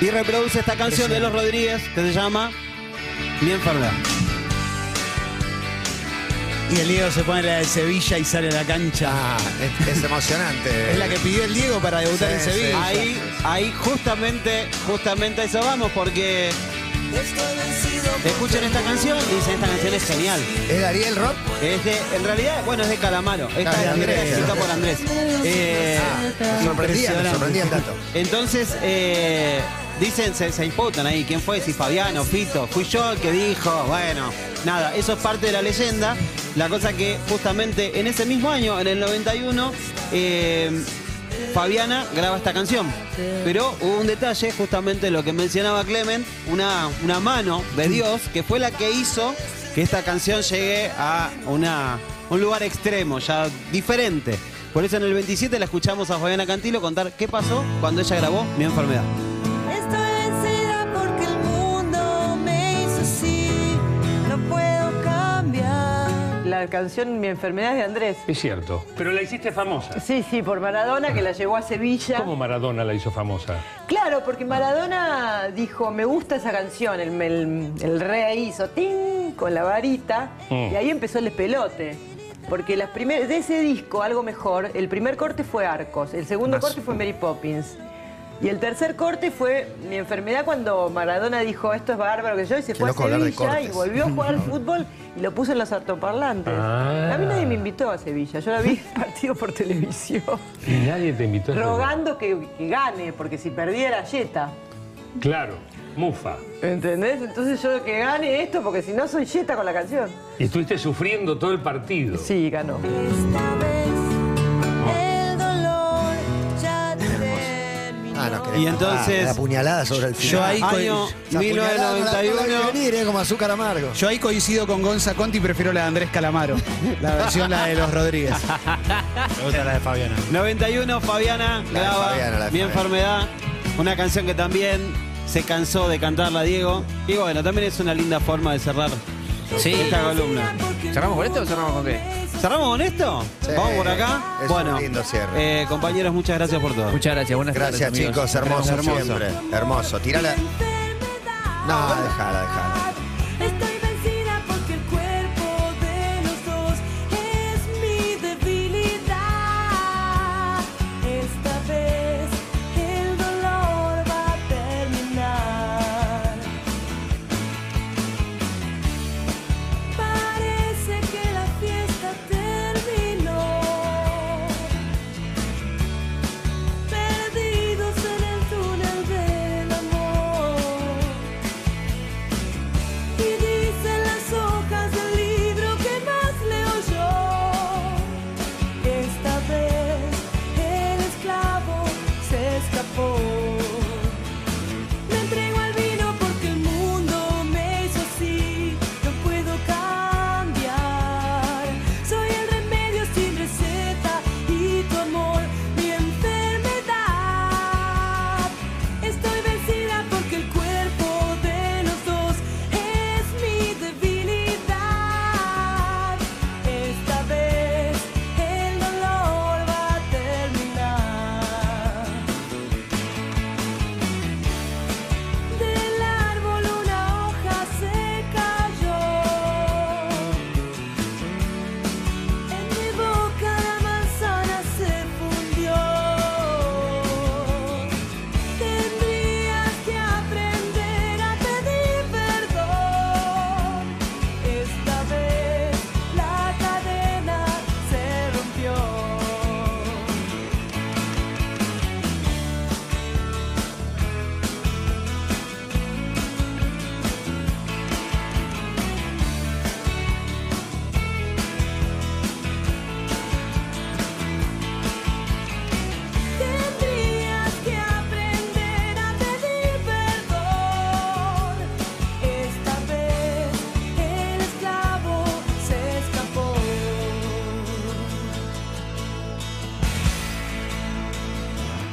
Speaker 3: Y reproduce esta canción de Los Rodríguez que se llama Mi Enfermedad.
Speaker 10: Y el Diego se pone la de Sevilla y sale a la cancha.
Speaker 4: Ah, es, es emocionante.
Speaker 10: Es la que pidió el Diego para debutar
Speaker 4: Sí,
Speaker 10: en
Speaker 4: sí.
Speaker 10: Sevilla.
Speaker 3: Ahí, ahí justamente, justamente a eso vamos, porque escuchan esta canción y dicen esta canción es genial.
Speaker 4: ¿Es Ariel Rock?
Speaker 3: Es de, en realidad, bueno, es de Calamaro. Esta
Speaker 4: Ah, de
Speaker 3: es
Speaker 4: Andrés,
Speaker 3: Andrés, escrita
Speaker 4: Andrés.
Speaker 3: por Andrés. Eh,
Speaker 4: me Ah, sorprendía, me
Speaker 3: impresionante.
Speaker 4: sorprendía el dato.
Speaker 3: Entonces, eh, dicen, se, se imputan ahí, ¿quién fue? Si Fabiano, Fito, fui yo el que dijo, bueno, nada, eso es parte de la leyenda. La cosa que justamente en ese mismo año, en el 91, eh, Fabiana graba esta canción. Pero hubo un detalle, justamente lo que mencionaba Clement, una, una mano de Dios que fue la que hizo que esta canción llegue a una, un lugar extremo, ya diferente. Por eso en el 27 la escuchamos a Fabiana Cantilo contar qué pasó cuando ella grabó Mi enfermedad.
Speaker 11: Estoy vencida porque el mundo me hizo así. No puedo cambiar. La canción Mi enfermedad es de Andrés.
Speaker 9: Es cierto, pero la hiciste famosa.
Speaker 11: Sí, sí, por Maradona que la llevó a Sevilla.
Speaker 9: ¿Cómo Maradona la hizo famosa?
Speaker 11: Claro, porque Maradona dijo, me gusta esa canción, el, el- el rey hizo ting con la varita
Speaker 9: Mm.
Speaker 11: y ahí empezó el pelote. Porque las primeras, de ese disco, algo mejor, el primer corte fue Arcos, el segundo
Speaker 9: Más.
Speaker 11: corte fue Mary Poppins. Y el tercer corte fue mi enfermedad cuando Maradona dijo, esto es bárbaro que yo, y se fue a
Speaker 4: loco hablar de
Speaker 11: Sevilla y
Speaker 4: cortes.
Speaker 11: volvió a jugar al fútbol y lo puso en los altoparlantes.
Speaker 9: Ah.
Speaker 11: A mí nadie me invitó a Sevilla, yo la vi partido por televisión
Speaker 9: Y nadie te invitó a ese
Speaker 11: rogando que, que gane, porque si perdiera Yeta.
Speaker 9: lugar. Claro, Mufa.
Speaker 11: ¿Entendés? Entonces yo que gane esto, porque si no soy Yeta con la canción.
Speaker 9: Y estuviste sufriendo todo el partido.
Speaker 11: Sí, ganó.
Speaker 4: Ah, no, querés
Speaker 12: Y
Speaker 4: matar,
Speaker 12: entonces,
Speaker 4: La puñalada sobre el final.
Speaker 7: yo ahí con-
Speaker 12: Año
Speaker 4: Esa puñalada no la- no la vi
Speaker 12: 1991.
Speaker 4: venir, eh, como azúcar amargo.
Speaker 7: Yo ahí coincido con Gonza Conti y prefiero la de Andrés Calamaro. La versión la de los Rodríguez.
Speaker 10: Me gusta la de Fabiana.
Speaker 3: 91, Fabiana
Speaker 4: La de
Speaker 3: graba
Speaker 4: Fabiana, la de
Speaker 3: Mi
Speaker 4: Fabiana.
Speaker 3: enfermedad, una canción que también se cansó de cantarla Diego. Y bueno, también es una linda forma de cerrar
Speaker 5: Sí.
Speaker 3: esta columna.
Speaker 5: ¿Cerramos con esto o cerramos con qué?
Speaker 3: ¿Cerramos con esto?
Speaker 4: Sí,
Speaker 3: ¿Vamos por acá?
Speaker 4: es
Speaker 3: bueno,
Speaker 4: un lindo cierre.
Speaker 3: eh, compañeros, muchas gracias por todo.
Speaker 5: Muchas gracias, buenas tardes.
Speaker 4: Gracias,
Speaker 5: amigos.
Speaker 4: chicos. Hermoso,
Speaker 5: Hermoso.
Speaker 4: siempre. Hermoso. Tírala. No, Ah, déjala, déjala.
Speaker 11: Estoy vencida porque el cuerpo de los dos es mi debilidad. Esta vez el dolor va a terminar. Parece que la fiesta terminó. Perdidos en el túnel del amor Y dicen las hojas del libro que más leo yo Esta vez el esclavo se escapó Me entrego al vino porque el mundo me hizo así No puedo cambiar Soy el remedio sin receta y tu amor mi enfermedad Estoy vencida porque el cuerpo de los dos es mi debilidad. Esta vez el dolor va a terminar. Del árbol una hoja se cayó. En mi boca la manzana se fundió. Tendrías que aprender a pedir perdón. Esta vez la cadena se rompió. Tendrías que aprender a pedir perdón. Esta vez el esclavo se escapó.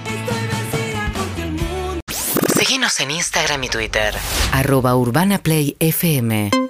Speaker 11: Estoy vencida porque el mundo.
Speaker 13: Síguenos en Instagram y Twitter.
Speaker 14: arroba urbanaplayfm